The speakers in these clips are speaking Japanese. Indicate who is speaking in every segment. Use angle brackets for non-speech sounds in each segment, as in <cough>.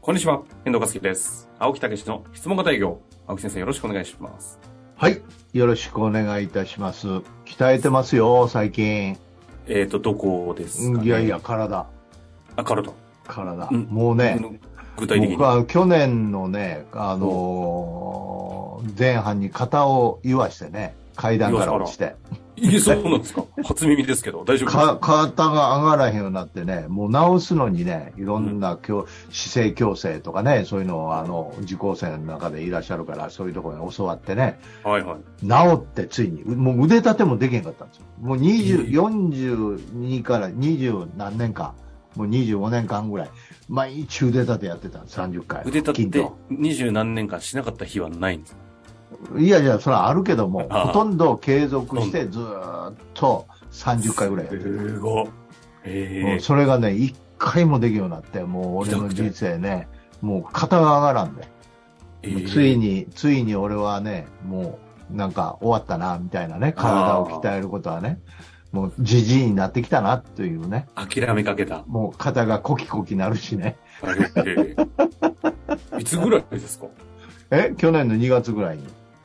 Speaker 1: こんにちは、遠藤和樹です。青木武の質問型営業。青木先生、よろしくお願いします。
Speaker 2: はい。よろしくお願いいたします。鍛えてますよ、最近。
Speaker 1: えっ、ー、と、どこですか、ね、
Speaker 2: いやい。や、体。
Speaker 1: あ、カルト。
Speaker 2: 体。
Speaker 1: うん
Speaker 2: もうね、
Speaker 1: 具体的に。
Speaker 2: 僕は去年のね、あのー前半に肩を言わしてね、階段から落ちて、
Speaker 1: いえ、そうなんですか。初耳ですけど、大丈夫です
Speaker 2: か
Speaker 1: か
Speaker 2: 肩が上がらへんようになってね、もう直すのにね、いろんなきょ、姿勢矯正とかね、そういうのをあの、受講生の中でいらっしゃるから、そういうところに教わってね、
Speaker 1: はいはい。
Speaker 2: 治ってついに、うもう腕立てもできへんかったんですよ。もう
Speaker 1: ええ
Speaker 2: 20、42から20何年か、もう25年間ぐらい、毎日腕立てやってたんです、30回。
Speaker 1: 腕立
Speaker 2: 筋
Speaker 1: て
Speaker 2: ト、
Speaker 1: 二十何年間しなかった日はないんです。
Speaker 2: レいやいや、それはあるけども、
Speaker 1: ああ
Speaker 2: ほとんど継続してずーっと30回ぐらいやってた。
Speaker 1: すごい。
Speaker 2: も
Speaker 1: え
Speaker 2: うそれがね、1回もできるようになって、もう俺の人生ね、もう肩が上がらんで、
Speaker 1: え
Speaker 2: もうついに、ついに俺はね、もうなんか終わったな、みたいなね、体を鍛えることはね、もうじじいになってきたなというね、
Speaker 1: 諦めかけた。
Speaker 2: もう肩がコキコキなるしね。 <laughs>
Speaker 1: えーいつぐらいですか
Speaker 2: え、去年の2月ぐらいに。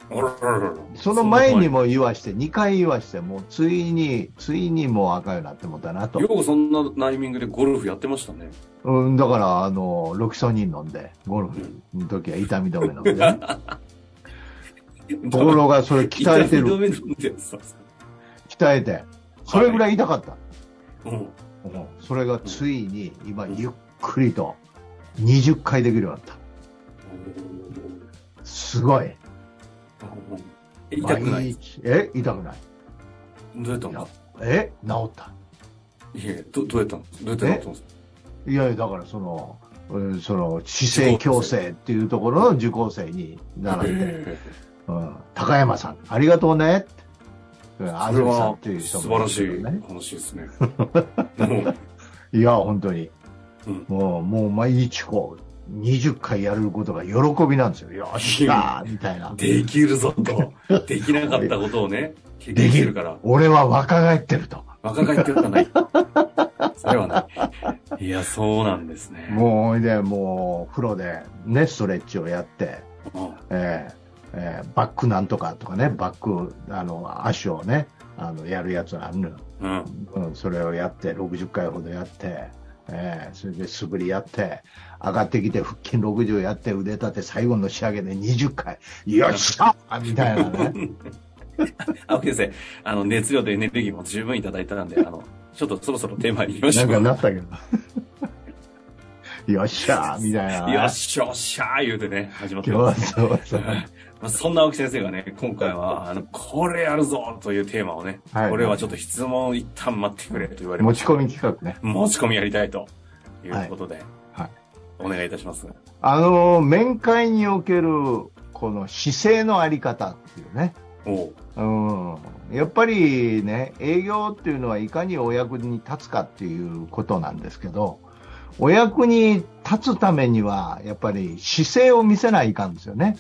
Speaker 1: あらららら
Speaker 2: その前にも言わして、2回言わして、もうついに、ついにもう赤ようになってもうたなと
Speaker 1: よ。うそんなタイミングでゴルフやってましたね。
Speaker 2: うん、だから、あの、ロキソニン飲んで、ゴルフの時は痛み止め飲んでね。ところがそれ鍛
Speaker 1: <laughs>
Speaker 2: えてる。鍛えて。それぐらい痛かった。
Speaker 1: うん。
Speaker 2: うんそれがついに今ゆっくりと20回できるようになった。すごい。
Speaker 1: 痛くない
Speaker 2: 毎。日え痛くない。
Speaker 1: どうやったの
Speaker 2: え治った。
Speaker 1: いえ、どどうやったのどうやってなったんですか
Speaker 2: いやいや、だからその、うんその姿勢矯正っていうところの受講生に習って、
Speaker 1: え
Speaker 2: うん、高山さん、ありがとうねって。うん
Speaker 1: え
Speaker 2: 安
Speaker 1: それ
Speaker 2: 住さん
Speaker 1: は
Speaker 2: っていう人
Speaker 1: 素晴
Speaker 2: も
Speaker 1: ら
Speaker 2: る
Speaker 1: し
Speaker 2: けど
Speaker 1: い
Speaker 2: ね
Speaker 1: 話ですね。も
Speaker 2: いや、本当に。
Speaker 1: うん
Speaker 2: もう、もう毎日こう、20回やれることが喜びなんですよ。よっしゃーみたいうな。
Speaker 1: できるぞ
Speaker 2: <laughs>
Speaker 1: と。できなかったことをね、経験してるから。
Speaker 2: 俺は若返ってると。
Speaker 1: 若返ってるかない。それはない。いや、そうなんですね。
Speaker 2: もう、おいで、もう、風呂で、ね、ストレッチをやって、
Speaker 1: うん
Speaker 2: えーえーバックなんとかとかね、バック、あの、足をね、あの、やるやつあるのよ。
Speaker 1: うん。
Speaker 2: うん、それをやって、60回ほどやって、えーそれで素振りやって、上がってきて腹筋60やって、腕立て最後の仕上げで20回、よっしゃみた
Speaker 1: <laughs>
Speaker 2: いなね。
Speaker 1: 青木先生、あの、熱量とエネルギーも十分いただいたんで、あの、ちょっとそろそろテーマに行きまし
Speaker 2: な
Speaker 1: ょ
Speaker 2: ん
Speaker 1: うか。
Speaker 2: かなったけど。 <laughs> よっしゃーみたいな。
Speaker 1: よっしゃ、よっしゃー言うてね、始まって
Speaker 2: 今日は
Speaker 1: ます。
Speaker 2: そうそう。
Speaker 1: まあ、そんな青木先生がね、今回は、あの、これやるぞというテーマをね、
Speaker 2: はい
Speaker 1: これはちょっと質問を一旦待ってくれと言われま
Speaker 2: 持
Speaker 1: し
Speaker 2: ち込み企画ね。
Speaker 1: た。持ち込みやりたいということで、
Speaker 2: はい
Speaker 1: お願いいたします。
Speaker 2: あのー、面会における、この姿勢のあり方っていうね。
Speaker 1: おう
Speaker 2: うん。やっぱりね、営業っていうのはいかにお役に立つかっていうことなんですけど、お役に立つためには、やっぱり姿勢を見せないかんですよね。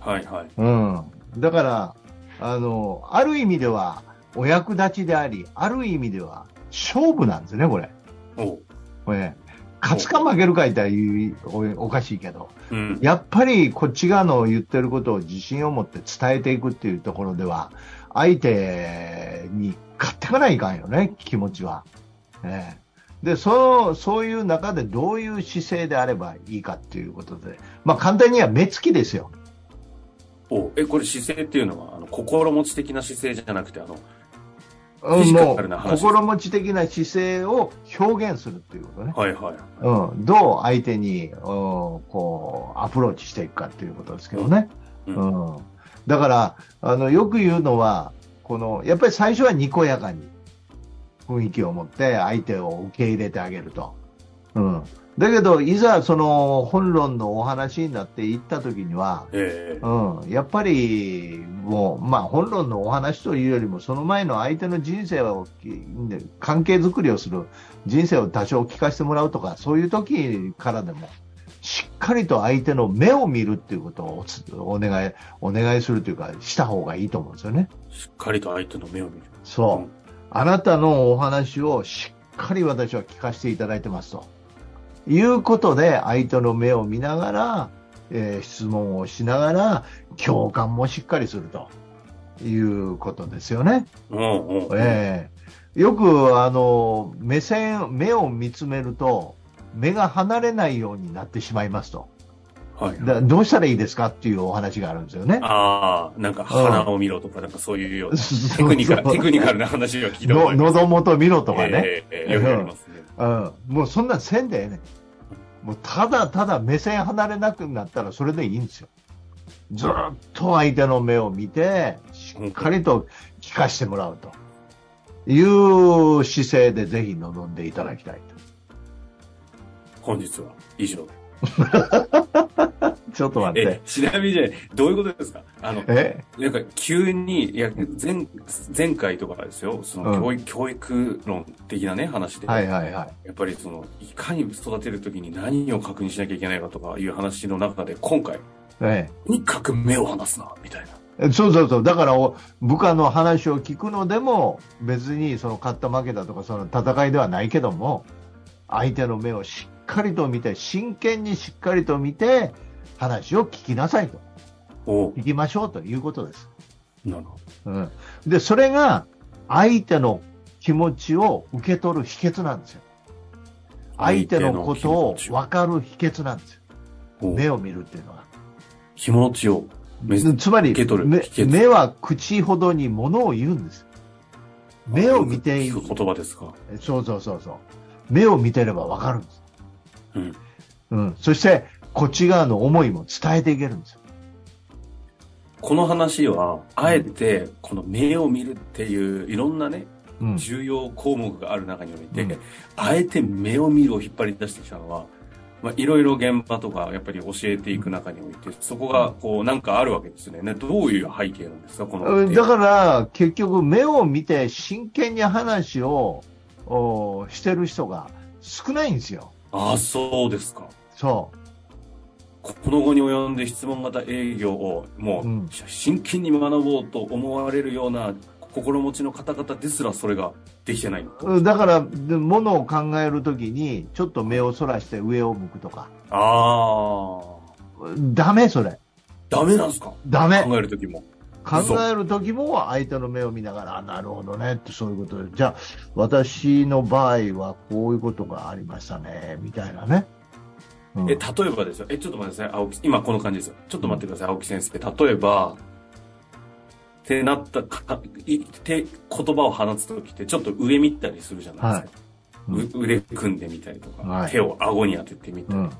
Speaker 1: はいはい。
Speaker 2: うん。だから、あの、ある意味ではお役立ちであり、ある意味では勝負なんですね、これ。
Speaker 1: おう
Speaker 2: これ。勝つか負けるか言ったら言うおおかしいけど、
Speaker 1: うん。
Speaker 2: やっぱりこっち側の言ってることを自信を持って伝えていくっていうところでは、相手に勝っていかないかんよね、気持ちは。ええで、その、そういう中でどういう姿勢であればいいかっていうことで、まあ簡単には目つきですよ。
Speaker 1: おうえ、これ姿勢っていうのは、あの、心持ち的な姿勢じゃなくて、あの、
Speaker 2: う
Speaker 1: フィ
Speaker 2: ん、
Speaker 1: ジ
Speaker 2: も
Speaker 1: カル
Speaker 2: う
Speaker 1: な話
Speaker 2: 心持ち的な姿勢を表現するっていうことね。
Speaker 1: はいはい。
Speaker 2: うん、どう相手に、うんこう、アプローチしていくかっていうことですけどね。
Speaker 1: う
Speaker 2: うんん。だから、あの、よく言うのは、この、やっぱり最初はにこやかに雰囲気を持って相手を受け入れてあげると。うん。だけど、いざその本論のお話になっていった時には、
Speaker 1: ええ
Speaker 2: うん、やっぱりもう、まあ、本論のお話というよりもその前の相手の人生をき関係づくりをする人生を多少聞かせてもらうとかそういう時からでもしっかりと相手の目を見るっていうことをおつお願いお願いするというかした方がいいと思うんですよね。
Speaker 1: しっかりと相手の目を見る。
Speaker 2: そう、
Speaker 1: うん
Speaker 2: あなたのお話をしっかり私は聞かせていただいてますということで、相手の目を見ながら、えー質問をしながら、共感もしっかりするということですよね。
Speaker 1: うんうん。
Speaker 2: ええよく、あの、目線、目を見つめると、目が離れないようになってしまいますと。
Speaker 1: はい。
Speaker 2: だどうしたらいいですかっていうお話があるんですよね。
Speaker 1: ああ、なんか鼻を見ろとか、なんかそういうようなテ
Speaker 2: テ
Speaker 1: クニ
Speaker 2: <laughs>
Speaker 1: カル、テクニカルな話は聞いたこと
Speaker 2: の
Speaker 1: あります。
Speaker 2: 喉元見ろとかね、
Speaker 1: ええ。ええよくありますね。
Speaker 2: うん、もうそんなんせんでええねんもうただただ目線離れなくなったらそれでいいんですよずーっと相手の目を見てしっかりと聞かしてもらうという姿勢でぜひ臨んでいただきたい
Speaker 1: 本日は以上。
Speaker 2: とちょっと待って
Speaker 1: え、ちなみにじゃあどういうことですかあの、
Speaker 2: え
Speaker 1: なんか急に、いや、前、前回とかですよ、その教育、教育論的なね、話で。
Speaker 2: はいはいはい
Speaker 1: やっぱりその、いかに育てるときに何を確認しなきゃいけないかとかいう話の中で、今回、
Speaker 2: え
Speaker 1: とにかく目を離すな、みたいな。
Speaker 2: えそうそうそうだからお部下の話を聞くのでも別にその勝った負けたとかその戦いではないけども相手の目をしっかりと見て真剣にしっかりと見て話を聞きなさいと
Speaker 1: おう
Speaker 2: 聞きましょうということです、
Speaker 1: なるほ
Speaker 2: うん、でそれが相手の気持ちを受け取る秘訣なんですよ相手のことを分かる秘訣なんですよ
Speaker 1: ど。おう
Speaker 2: 目を見るっていうのは
Speaker 1: 気持ちを、目
Speaker 2: うんつまり
Speaker 1: 受け取る
Speaker 2: 目
Speaker 1: 秘訣
Speaker 2: 目は口ほどにものを言うんです目を見ている
Speaker 1: 聞く言葉ですか。
Speaker 2: そうそうそうそう目を見てれば分かるんです、
Speaker 1: うん。
Speaker 2: うん、そしてこっち側の思いも伝えていけるんですよ
Speaker 1: この話は、あえて、この目を見るっていう、いろんなね、
Speaker 2: うん
Speaker 1: 重要項目がある中において、
Speaker 2: うん
Speaker 1: あえて目を見るを引っ張り出してきたのは、まあ、いろいろ現場とか、やっぱり教えていく中において、そこが、こう、なんかあるわけですよね。ねどういう背景なんですか、この。
Speaker 2: うんだから結局目を見て真剣に話をおーしてる人が少ないんですよ
Speaker 1: ああ、そうですか。
Speaker 2: そ
Speaker 1: この後に及んで質問型営業をも
Speaker 2: うん
Speaker 1: う真剣に学ぼうと思われるような心持ちの方々ですらそれができてない。
Speaker 2: ううんだからでものを考えるときにちょっと目をそらして上を向くとか
Speaker 1: ああ、
Speaker 2: うんダメそれ
Speaker 1: ダメなんですか
Speaker 2: ダメ
Speaker 1: 考えるときも。
Speaker 2: 考える時も相手の目を見ながら、あなるほどねってそういうことで、じゃあ私の場合はこういうことがありましたね、みたいなね。うん
Speaker 1: え、例えばですよ。え、ちょっと待ってください。青木、今この感じですよ。ちょっと待ってください、青木先生。例えば、ってなったか、いて、言葉を放つときって、ちょっと上見たりするじゃないですか。
Speaker 2: はいう
Speaker 1: 腕組んでみたりとか、
Speaker 2: はい
Speaker 1: 手を顎に当ててみた
Speaker 2: う
Speaker 1: り。
Speaker 2: ん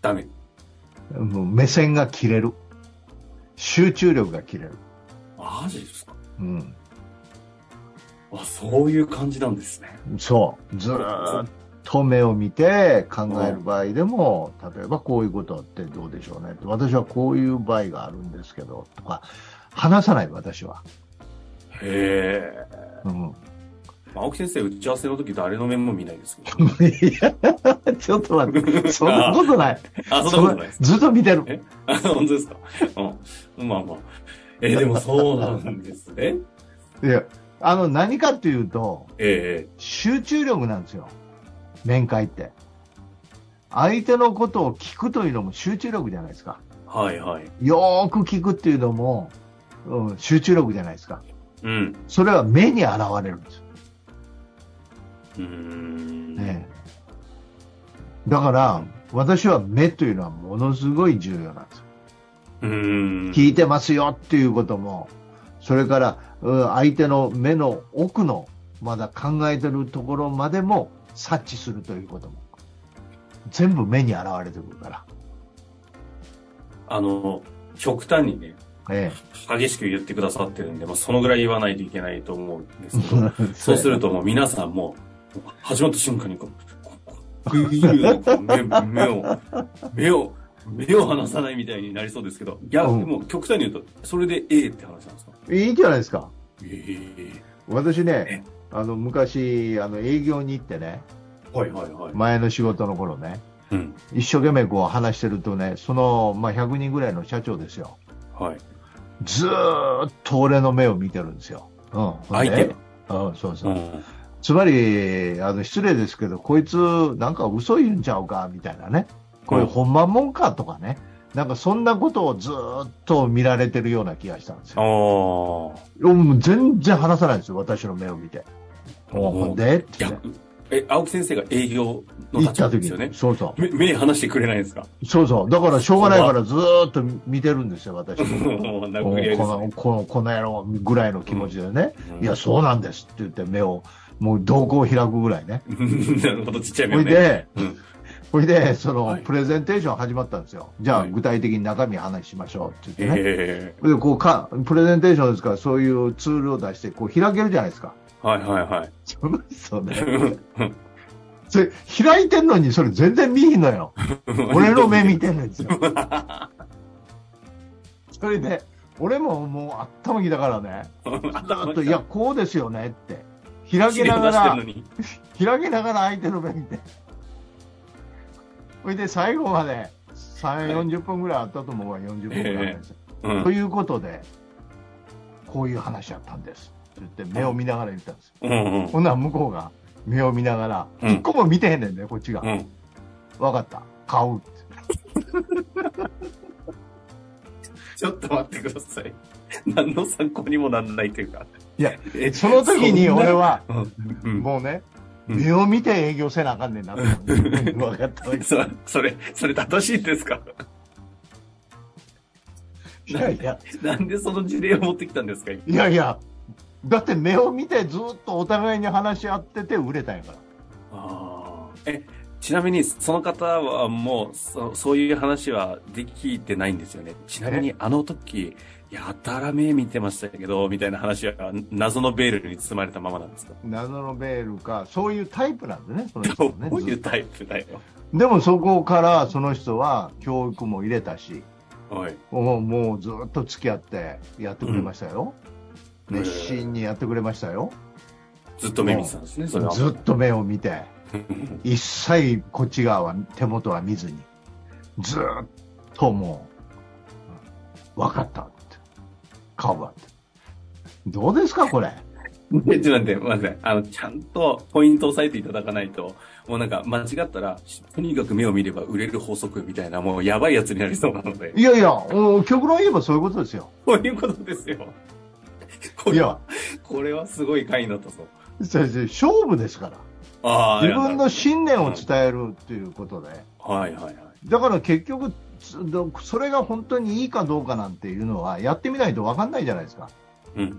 Speaker 1: ダメ。
Speaker 2: もう目線が切れる。集中力が切れる。
Speaker 1: マジですか
Speaker 2: うん、
Speaker 1: あ、そういう感じなんですね。
Speaker 2: そう。ずーっと目を見て考える場合でも、例えばこういうことってどうでしょうねって。私はこういう場合があるんですけど、とか、話さない私は。
Speaker 1: へえ。
Speaker 2: うん <laughs>
Speaker 1: まあ青木先生、打ち合わせの時誰の面も見ないですけど。
Speaker 2: いや、ちょっと待って、そんなことない。
Speaker 1: あ、そんなことないです。
Speaker 2: ずっと見てる。
Speaker 1: あ、本当ですか。うん。まあまあ。えーでもそうなんですね。
Speaker 2: いや、あの、何かっていうと、
Speaker 1: え
Speaker 2: 集中力なんですよ。面会って。相手のことを聞くというのも集中力じゃないですか。
Speaker 1: えはいはい。
Speaker 2: よーく聞くっていうのも、うん、集中力じゃないですか。
Speaker 1: うん。
Speaker 2: それは目に現れるんですよ。
Speaker 1: うーん。
Speaker 2: ねえだから、私は目というのはものすごい重要なんですよ。
Speaker 1: うーん。
Speaker 2: 聞いてますよっていうことも、それから、うん相手の目の奥の、まだ考えてるところまでも察知するということも、全部目に現れてくるから。
Speaker 1: あの、極端にね、
Speaker 2: え
Speaker 1: 激しく言ってくださってるんで、まあ、そのぐらい言わないといけないと思うんですけど、<laughs>
Speaker 2: え、
Speaker 1: そうする
Speaker 2: と。
Speaker 1: ともう皆さんもう、始まった瞬間にこう、こうこうグイーッとこう目目を、目を、目を離さないみたいになりそうですけど、いや、
Speaker 2: うん
Speaker 1: もう極端に言うと、それでええって話なんですか
Speaker 2: いいじゃないですか。
Speaker 1: え
Speaker 2: 私
Speaker 1: え
Speaker 2: ね、あの、昔、あの、営業に行ってね、
Speaker 1: えはいはいはい。
Speaker 2: 前の仕事の頃ね、
Speaker 1: うん。
Speaker 2: 一生懸命こう話してるとね、その、まあ、100人ぐらいの社長ですよ。
Speaker 1: はい。
Speaker 2: ずーっと俺の目を見てるんですよ。うん。
Speaker 1: 相手
Speaker 2: うん、そうそう。
Speaker 1: うん。
Speaker 2: ずつまり、あの、失礼ですけど、こいつ、なんか嘘言うんちゃうか、みたいなね。これ、ほんまもんか、とかね。なんか、そんなことをずーっと見られてるような気がしたんですよ。
Speaker 1: ああ。
Speaker 2: もう全然話さないんですよ、私の目を見て。ほ
Speaker 1: も
Speaker 2: ん
Speaker 1: う
Speaker 2: でってね
Speaker 1: 逆。え、青木先生が営業の
Speaker 2: 行っ
Speaker 1: 立
Speaker 2: た
Speaker 1: 場
Speaker 2: 時
Speaker 1: ですよね
Speaker 2: に。。そうそう。
Speaker 1: 目目離してくれないんですか <laughs>
Speaker 2: そうそう。だから、しょうがないから、ずーっと見てるんですよ、
Speaker 1: <laughs>
Speaker 2: 私。
Speaker 1: もう、
Speaker 2: こ
Speaker 1: 殴り合いですね
Speaker 2: の、この、この野郎ぐらいの気持ちでね。
Speaker 1: うん
Speaker 2: いや、そうなんですって言って、目を、もう、瞳孔を開くぐらいね。
Speaker 1: <laughs> なるほど、ちっちゃい目
Speaker 2: ほ
Speaker 1: を
Speaker 2: い
Speaker 1: ね。
Speaker 2: で、
Speaker 1: うん
Speaker 2: ほいで、その、
Speaker 1: はい
Speaker 2: プレゼンテーション始まったんですよ。じゃあ、
Speaker 1: はい
Speaker 2: 具体的に中身話しましょうって言ってね。
Speaker 1: え
Speaker 2: でこうか、プレゼンテーションですから、そういうツールを出して、こう開けるじゃないですか。 <laughs>
Speaker 1: えはいはいはい。
Speaker 2: そうそうね。
Speaker 1: うん
Speaker 2: それ、開いてんのに、それ全然見えへんのよ。俺の目
Speaker 1: <laughs>
Speaker 2: 見てんのですよ。それで、俺ももう頭きだからね、ずーっと、いや、こうですよねって。開け
Speaker 1: 資料
Speaker 2: なが
Speaker 1: 出してる
Speaker 2: ら
Speaker 1: の、に。
Speaker 2: 開けながら相手の目見て。それで最後まで3、40分ぐらいあったと思うわ、40分ぐらいあったんですよ。
Speaker 1: うん
Speaker 2: ということで、こういう話やったんです。って言って目を見ながら言ったんですよ。
Speaker 1: うんうん
Speaker 2: ほんなら向こうが目を見ながら、
Speaker 1: うん
Speaker 2: 一個も見てへんねんね、こっちが。
Speaker 1: うん。
Speaker 2: わかった。買うって。
Speaker 1: ちょっと待ってください。何の参考にもなんないというか。
Speaker 2: いや、
Speaker 1: え
Speaker 2: その時に俺。は、
Speaker 1: そんなうん
Speaker 2: もうね、
Speaker 1: うん
Speaker 2: 目を見て営業せなあかんねんなって思って。わかった。
Speaker 1: うん。そそれ、それ正しいですか <laughs>
Speaker 2: いやいや、
Speaker 1: なんでその事例を持ってきたんですか
Speaker 2: いやいや、だって目を見てずっとお互いに話し合ってて売れたんやから。
Speaker 1: あーえ、ちなみに、その方はもうそ、そういう話はできてないんですよね。ちなみに、あの時、やたら目見てましたけど、みたいな話は、謎のベールに包まれたままなんですか
Speaker 2: 謎のベールか、そういうタイプなんでね、その人
Speaker 1: ど
Speaker 2: はね。
Speaker 1: うい
Speaker 2: ずっ
Speaker 1: うタイプだよ。
Speaker 2: とでもそこからその人は教育も入れたし、
Speaker 1: はい。
Speaker 2: もうもうずっと付き合ってやってくれましたよ。
Speaker 1: うん
Speaker 2: 熱心にやってくれましたよ。
Speaker 1: ずっと目見てたんですね、それは。
Speaker 2: ずっと目を見て、
Speaker 1: うん
Speaker 2: 一切こっち側は手元は見ずに、ずっともう、分かったって、買うわって。どうですか、これ。
Speaker 1: で <laughs> ちょっと待って、待って、あの、ちゃんとポイントを押さえていただかないと、もうなんか間違ったら、とにかく目を見れば売れる法則みたいな、もうやばいやつになりそうなの
Speaker 2: <laughs>
Speaker 1: で、
Speaker 2: いやいや、お極論言えばそういうことですよ。
Speaker 1: こういうことですよ。こ
Speaker 2: い
Speaker 1: れ
Speaker 2: や
Speaker 1: は、、これはすごい回になったぞ。
Speaker 2: 先生勝負ですから。
Speaker 1: ああ、
Speaker 2: 自分
Speaker 1: い
Speaker 2: の
Speaker 1: や
Speaker 2: 信念を伝えるっていうことで。
Speaker 1: はいはいはい。
Speaker 2: だから結局、つどそれが本当にいいかどうかなんていうのは、やってみないと分かんないじゃないですか。
Speaker 1: うん。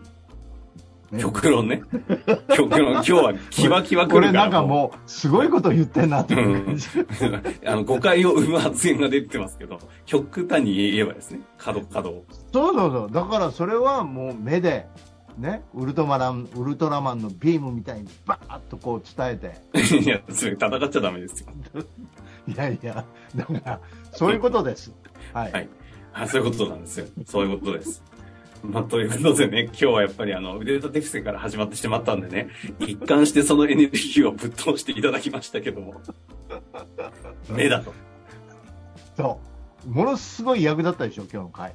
Speaker 2: ね
Speaker 1: 極論ね。 <laughs> 極論、今日はキワキワく
Speaker 2: こ
Speaker 1: る
Speaker 2: れ
Speaker 1: から。
Speaker 2: なんかもう、すごいこと言ってんなっていう <laughs> 感じ。
Speaker 1: う <laughs> あの、誤解を生む発言が出てますけど、極端に言えばですね、角、角を。 <laughs>
Speaker 2: そうそうそう。だからそれはもう目で、ね、ウルトラマン、ウルトラマンのビームみたいにバーッとこう伝えて。
Speaker 1: いや、それ戦っちゃダメですよ。
Speaker 2: いやいや、だから、そういうことです。はい。
Speaker 1: はいあそういうことなんですよ。そういうことです。まあ、ということでね、今日はやっぱりあの、腕立て伏せから始まってしまったんでね、一貫してそのエネルギーをぶっ通していただきましたけども。目だと。
Speaker 2: そう。ものすごい役立ったでしょ、今日の回。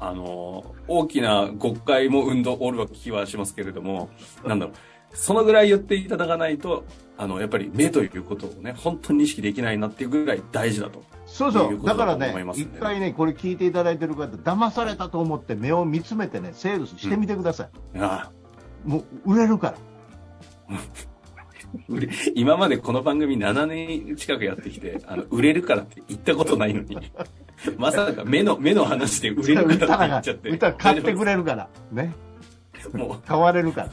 Speaker 1: あの、大きな誤解も運動おるわ気はしますけれども、なんだろう。そのぐらい言っていただかないと、あの、やっぱり目ということをね、本当に意識できないなっていうぐらい大事だと。
Speaker 2: そう
Speaker 1: と
Speaker 2: そ
Speaker 1: いう
Speaker 2: う。
Speaker 1: ことだ
Speaker 2: だから
Speaker 1: と思い
Speaker 2: ね
Speaker 1: ま、す
Speaker 2: 一
Speaker 1: んでね
Speaker 2: 回ね、これ聞いていただいてる方、騙されたと思って目を見つめてね、セールスしてみてください。
Speaker 1: ああ
Speaker 2: もう、売れるから。
Speaker 1: 売れ今までこの番組7年近くやってきて、あの、売れるからって言ったことないのに。まさか目の、目の話で売れ
Speaker 2: 売
Speaker 1: る
Speaker 2: っ
Speaker 1: からって
Speaker 2: たら
Speaker 1: 言
Speaker 2: が
Speaker 1: っちゃって。
Speaker 2: 売ったら買ってく
Speaker 1: れ。
Speaker 2: れるから。ね。
Speaker 1: もう、
Speaker 2: 買われるから。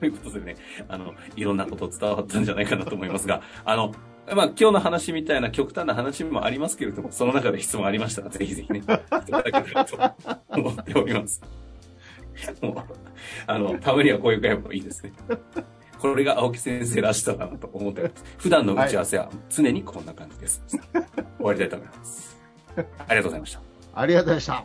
Speaker 1: ということでね、あの、いろんなこと伝わったんじゃないかなと思いますが、あの、まあ、今日の話みたいな極端な話もありますけれども、その中で質問ありましたら、ぜひぜひね、いただけたらと思っております。 <laughs> もう、あの、たまにはこういう会もいいですね。これが青木先生らしさだなと思っております。普段の打ち合わせは常にこんな感じです。終わりたいと思います。 <laughs> ありがとうございました。
Speaker 2: ありがとうございました。